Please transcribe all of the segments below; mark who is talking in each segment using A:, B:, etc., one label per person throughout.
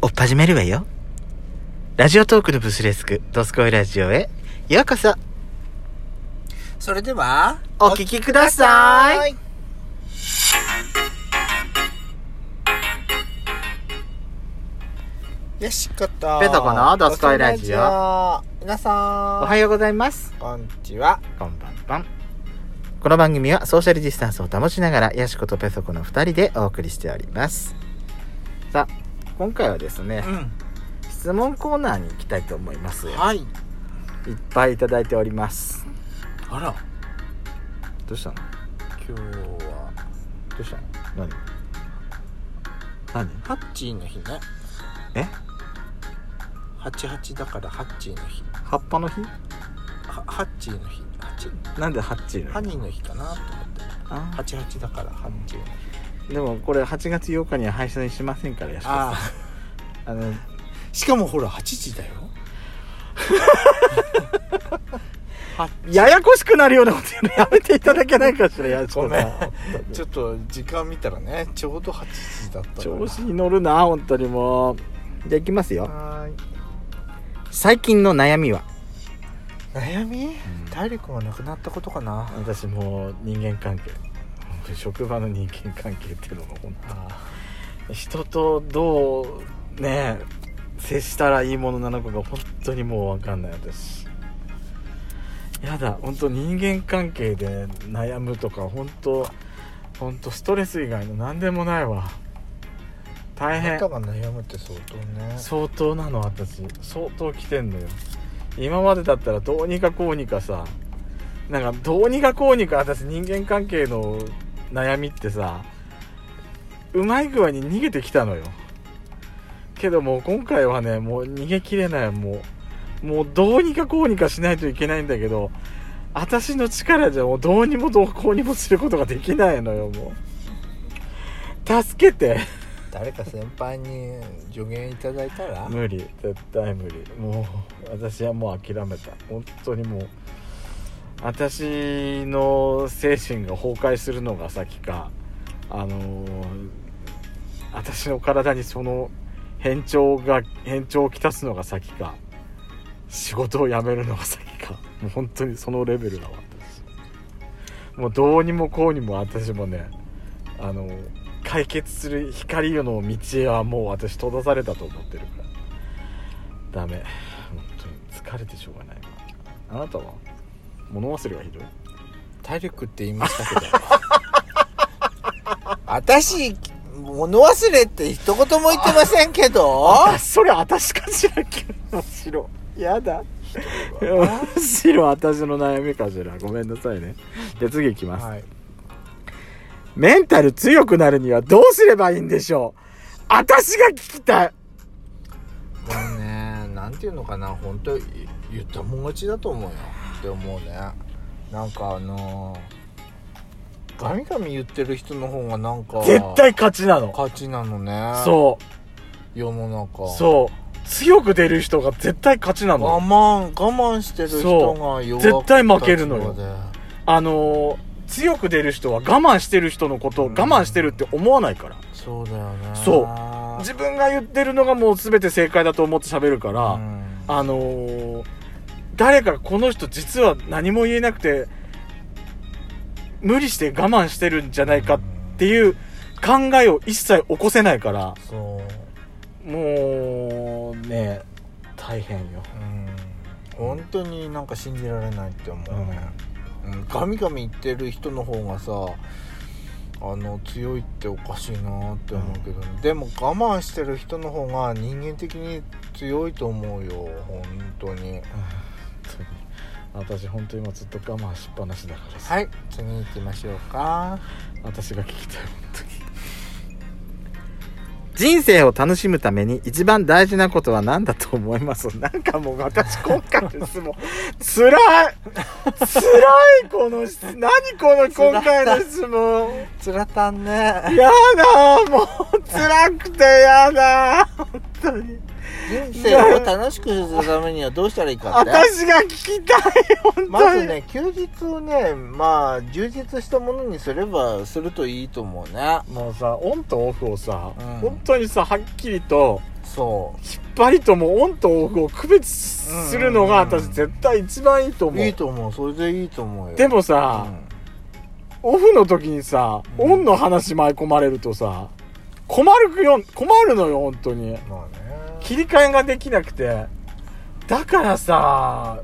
A: おっ始めるわよ。ラジオトークのブスレスク、ドスコイラジオへようこそ。
B: それでは、
A: お聞きください。
B: よしこと。
A: ペトコのドスコイラジオ
B: ドスコイラジオ。皆さ
A: お
B: ん。
A: はようございます。
B: こんにちは。
A: こんばんばん。この番組はソーシャルディスタンスを保ちながら、ヤシコとペソコの2人でお送りしております。さあ、今回はですね、
B: ん。
A: 質問コーナーに行きたいと思います。い
B: はい。
A: っぱいいただいております。
B: あら、
A: どうしたの
B: 今日は、
A: どうしたの何何
B: ハッチーの日ね。
A: え
B: 八八だからハッチーの日。
A: 葉っぱの日
B: はハッチーの日。ハッチー
A: なんでハッチーの日
B: ハニーの日かなと思って。
A: あ
B: 八八だからハッチーの日。
A: でもこれ8月8日には配信しませんからやしこさん
B: ああ。
A: あの
B: しかもほら8時だよは
A: ややこしくなるようなこと言うのやめていただけないかしらやしこ
B: ご
A: さん
B: めん
A: 本当に
B: ちょっと時間見たらねちょうど8時だったから
A: 調子に乗るな本当にもうじゃあいきますよ
B: はーい
A: 最近の悩みは
B: 悩み、体力がなくなったことかな
A: 私もう人間関係本当に職場の人間関係っていうのが本
B: あ
A: 当人とどうね接したらいいものなのかが本当にもう分かんない私やだ本当人間関係で悩むとか本当本当ストレス以外の何でもないわ大
B: あな
A: 変
B: たが悩むって相当ね
A: 相当なの私相当来てんのよ今までだったらどうにかこうにかさなんかどうにかこうにか私人間関係の悩みってさうまい具合に逃げてきたのよけどもう今回はねもう逃げきれないもうもうどうにかこうにかしないといけないんだけど私の力じゃもうどうにもどうこうにもすることができないのよもう助けて
B: 誰か先輩に助言いただいたら
A: 無理絶対無理もう私はもう諦めた本当にもう私の精神が崩壊するのが先かあのー私の体にその変調が変調をきたすのが先か仕事を辞めるのが先かもう本当にそのレベルだわ私もうどうにもこうにも私もねあの解決する光の道へはもう私閉ざされたと思ってるからダメ本当に疲れてしょうがないわあなたは物忘れがひどい
B: 体力って言いましたけど 私物忘れって一言も言ってませんけど
A: あそれ私かしら面白いやだ面白い私の悩みかしらごめんなさいねじゃあ次いきます、
B: はい
A: メンタル強くなるにはどうすればいいんでしょう私が聞きたい
B: これねなんていうのかな本当い言ったもん勝ちだと思うよって思うねなんかあのーガミガミ言ってる人の方がなんか
A: 絶対勝ちなの
B: 勝ちなのね
A: そう
B: 世の中
A: うそう強く出る人が絶対勝ちなの
B: 我慢我慢してる人が弱く
A: そう絶対負けるのよ
B: 立場で
A: あのー強く出る人は我慢してる人のことを我慢してるって思わないから。
B: そうだよね
A: そう自分が言ってるのがもう全て正解だと思って喋るから、
B: うん
A: あのー誰かこの人実は何も言えなくて、無理して我慢してるんじゃないかっていう考えを一切起こせないから、
B: そう
A: もうね、大変よ。
B: うん本当になんか信じられないって思うね、うん、ガミガミ言ってる人の方がさあの強いっておかしいなって思うけど、でも我慢してる人の方が人間的に強いと思うよ本当
A: 本
B: に
A: 当に私本当に今ずっと我慢しっぱなしだからさ、
B: はい次行きましょうか
A: 私が聞きたい本当に人生を楽しむために一番大事なことは何だと思いますなんかもう私今回の質問辛い辛いこの質何この今回の質問
B: つらたんね
A: やだもう辛くてやだ本当に
B: 人生を楽しくするためにはどうしたらいいかって
A: 私が聞きたい本当に、
B: まずね休日をねまあ充実したものにすればするといいと思うね
A: もうさオンとオフをさ、
B: うん
A: 本当にさはっきりと
B: そ
A: きっぱりともうオンとオフを区別するのが
B: うんうんうん
A: 私絶対一番いいと思う
B: ういいと思うそれでいいと思うよ
A: でも
B: う
A: さ、
B: ん
A: オフの時にさ
B: うん
A: オンの話舞い込まれるとさ困るよ困るのよ本当に
B: まあね
A: 切り替えができなくてだからさ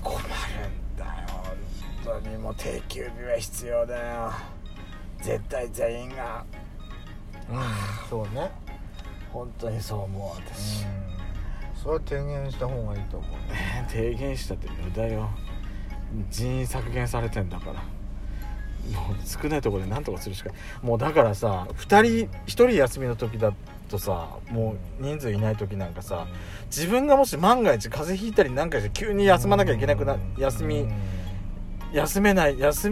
A: 困るんだよ本当にもう定休日は必要だよ絶対全員が
B: うんそうね
A: 本当にそう思う私、
B: うんそれは提言した方がいいと思う
A: 提言したって無駄よ人員削減されてんだからもう少ないところで何とかするしかもうだからさ2人1人休みの時だとさもう人数いない時なんかさ自分がもし万が一風邪ひいたりなんかして急に休まなきゃいけなくな休み休めない休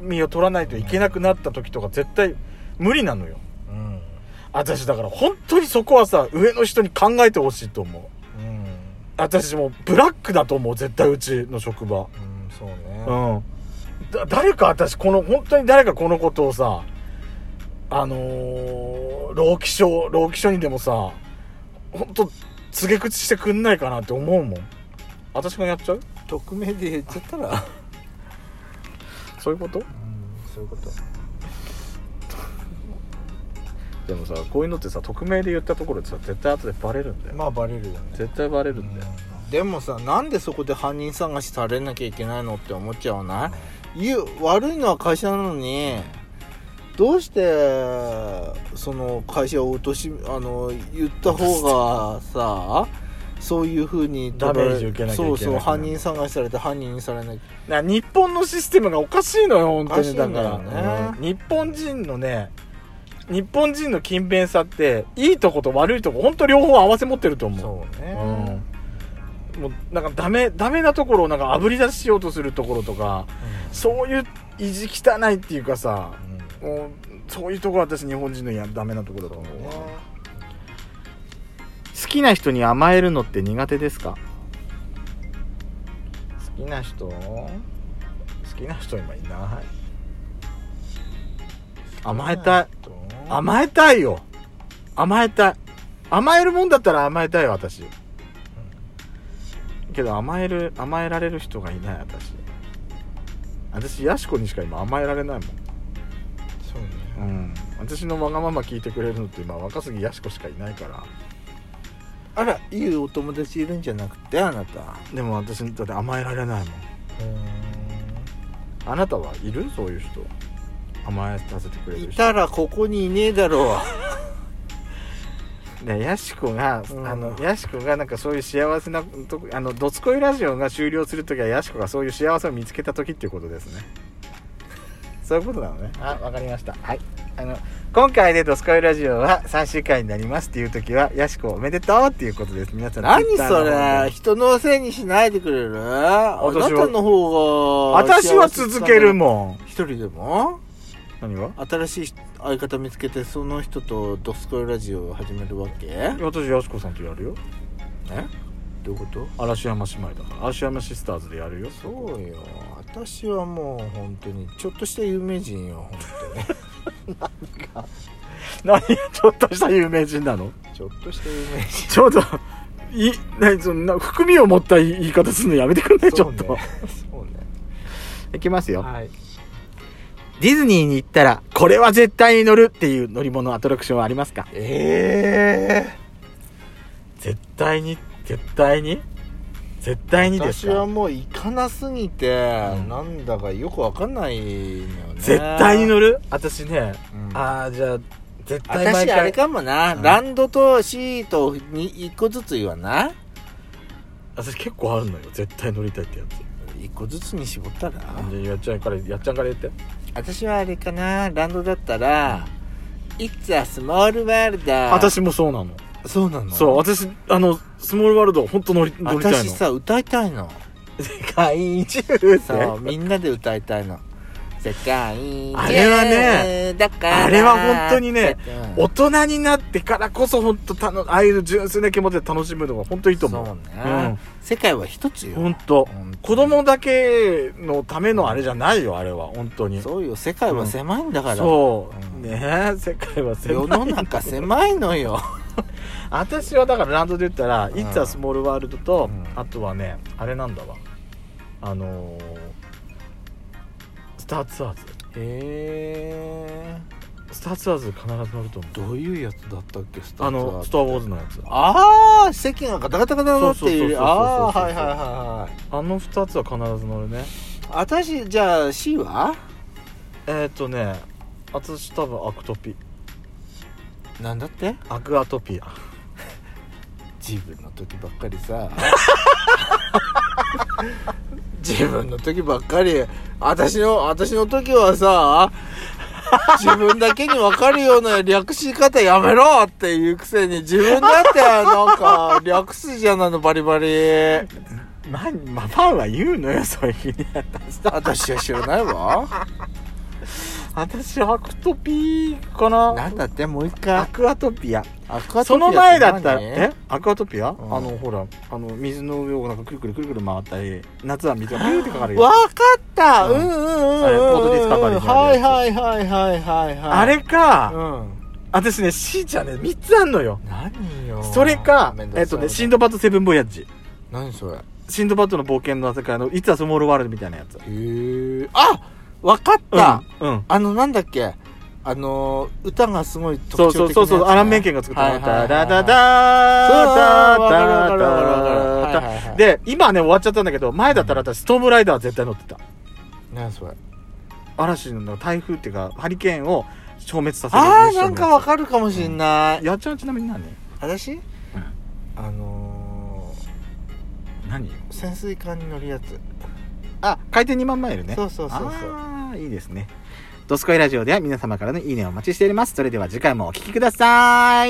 A: みを取らないといけなくなった時とか絶対無理なのよ
B: うん
A: 私だから本当にそこはさ上の人に考えてほしいと思う
B: うん
A: 私もうブラックだと思う絶対うちの職場
B: うんそうね
A: うんだ誰か私この本当に誰かこのことをさあのー、老気症老気症にでもさ本当告げ口してくんないかなって思うもん私がやっちゃう
B: 匿名で言っちゃったら
A: そういうこと
B: そういうこと
A: でもさこういうのってさ匿名で言ったところでさ絶対後でバレるんだよ、
B: まあバレるよね
A: 絶対バレるんだよ、
B: うんでもさなんでそこで犯人探しされなきゃいけないのって思っちゃわない、言う悪いのは会社なのにどうしてその会社を落としあの言った方がさそういうふうに
A: ダメージ受けなきゃいけない
B: そうそう犯人探しされて犯人にされなき
A: な
B: ゃ
A: 日本のシステムがおかしいのよ本当
B: おかしい
A: に
B: んだ
A: だ
B: よ
A: から
B: ね
A: うん日本人のね日本人の勤勉さっていいとこと悪いとこ本当両方合わせ持ってると思う
B: う
A: うん、もうなんかダメダメなところをなんか炙り出ししようとするところとかそういう意地汚いっていうかさ
B: うん
A: もうそういうところは私日本人のやダメなところだと思う
B: そうね
A: 好きな人に甘えるのって苦手ですか好きな人好きな人今いない甘えたい甘えたいよ甘えたい甘えるもんだったら甘えたいよ私けど甘える甘えられる人がいない私私ヤシコにしか今甘えられない
B: そう
A: もん、
B: ね
A: うん、私のわがまま聞いてくれるのって今若杉ヤシコしかいないから
B: あらいいお友達いるんじゃなくてあなた
A: でも私だって甘えられないもんあなたはいるそういう人甘えさせてくれ
B: い
A: る人
B: たらここにいねえだろ
A: ねやしこが、
B: うん
A: あのやしこがなんかそういう幸せなとこあの「どつこいラジオ」が終了するときはやしこがそういう幸せを見つけたときっていうことです ねそういうことなのねあわかりましたはいあの今回で「どつこいラジオ」は3週間になりますっていうときはやしこおめでとうっていうことです皆さん
B: 何
A: Twitter の方
B: そ
A: で
B: れ人のせいにしないでくれるあ
A: 私は
B: なたの方が
A: 私は続ける
B: ん
A: もん
B: 一人でも
A: 何が
B: 新しい相方見つけてその人と「ドスコイラジオ」を始めるわけえ
A: 私やしこさんとやるよ
B: どういうこと
A: 嵐山姉妹だから嵐山シスターズでやるよ
B: そうよ私はもう本当にちょっとした有名人よ本
A: 何ちょっとした有名人なの
B: 当にちょっとした有名人
A: ちょっと、い、なそんな、含みを持った言い方するのやめてくん ない、ちょっ
B: そう
A: と
B: ね。そうね
A: いきますよ。
B: はい
A: ディズニーに行ったら、これは絶対に乗るっていう乗り物アトラクションはありますか
B: ええ
A: 絶対に、絶対に絶対にです
B: 私は
A: か
B: もう行かなすぎて、
A: うん
B: なんだかよくわかんないのよね
A: 絶対に乗る私ね、
B: うん
A: ああ、じゃあ、絶対毎
B: 私あれ
A: 回。
B: かもな、
A: うん
B: ランドとシートに一個ずつ言わない
A: 私結構あるのよ。絶対乗りたいってやつ。
B: 一個ずつに絞ったら
A: じゃあやっちゃんから、やっちゃんから言って。
B: 私はあれかなランドだったら「It's a small world」
A: 私もそうなの。
B: そうなの
A: そう、私、あの、スモールワールド、ほんと乗り、乗りたいの。
B: 私さ歌いたいの
A: 世界中って
B: さみんなで歌いたいの世界中
A: あれはね
B: だから
A: あれは本当にね
B: うん
A: 大人になってからこそ本当たのああいう純粋な気持ちで楽しむのが本当いいと思
B: そう
A: う
B: ね、世界は一つよ
A: 本当
B: 本当
A: 子供だけのためのあれじゃないよあれは本当に
B: そうよ世界は狭いんだから、
A: そう、
B: うん
A: ねえ世界は狭い
B: 世の中狭いのよ
A: 私はだからランドで言ったら「
B: ん
A: It's a Small World と」
B: うん
A: あとはねあれなんだわあのースターツアーズ
B: へえ
A: スターツアーズ必ず乗ると思う
B: どういうやつだったっけスター
A: あの「スター・ウォーズ」のやつ
B: ああ席がガタガタガタガタってい
A: そうそうそうそうそう
B: うああーはいはいはいはい
A: あの2つは必ず乗るね
B: 私じゃあ C は
A: えっ、ー、とね私多分アクトピ
B: なんだって
A: アクアトピア
B: 自分の時ばっかりさ自分の時ばっかり私の私の時はさ自分だけに分かるような略し方やめろっていうくせに自分だってなんか略すじゃないのバリバリ
A: 何まあファンは言うのよ そういうふうに
B: 私は知らないわ
A: 私アクトピかな
B: なんだってもう一
A: ア
B: 回
A: クアトピア
B: アクア
A: そ
B: トピア
A: の前
B: て何
A: だったらえアクアトピア、
B: ん
A: あのほらあの水の上をなんかくるくるくるくる回ったり夏は水がビューってかかる
B: わ
A: やつ
B: かった
A: う
B: うんんうんうんうん
A: あれポートディスカバ
B: う
A: リー
B: ん
A: にあ
B: は
A: るやつ
B: いはいはいはいはいはい
A: あれ
B: う
A: か、
B: ん
A: 私ね C ちゃんね3つあんのよ
B: 何よ
A: それか
B: めんど
A: え
B: く
A: っ
B: さ
A: と
B: い
A: ねシンドバッドセブンボヤッジ
B: 何それへ
A: シンドバッドの冒険の世界のいつはスモールワールドみたいなやつ
B: えあわかった、
A: うん、うん
B: あのなんだっけあの歌がすごい
A: そ
B: 特
A: うそ
B: 徴
A: う
B: 的なやつね
A: そうそう、アラン・メイケンが作ったの
B: はいはいはいは
A: ダ
B: い
A: ダダ
B: そうわかるわかるわかるわかる
A: ダ
B: はいはいはい
A: で、今ね、終わっちゃったんだけど、前だったら私、ストームライダー絶対乗ってた。
B: 何それ
A: 嵐の台風っていうか、ハリケーンを消滅させる
B: ああなんかわ
A: る。
B: かるかもしんない、
A: やっちゃんはちなみに何
B: 私、あの
A: 何
B: ー、潜水艦に乗るやつ
A: あ、回転2万マイルね。
B: そうそうそうそう
A: あーいいですね。ドスコイラジオでは皆様からのいいねをお待ちしております。それでは次回もお聞きください。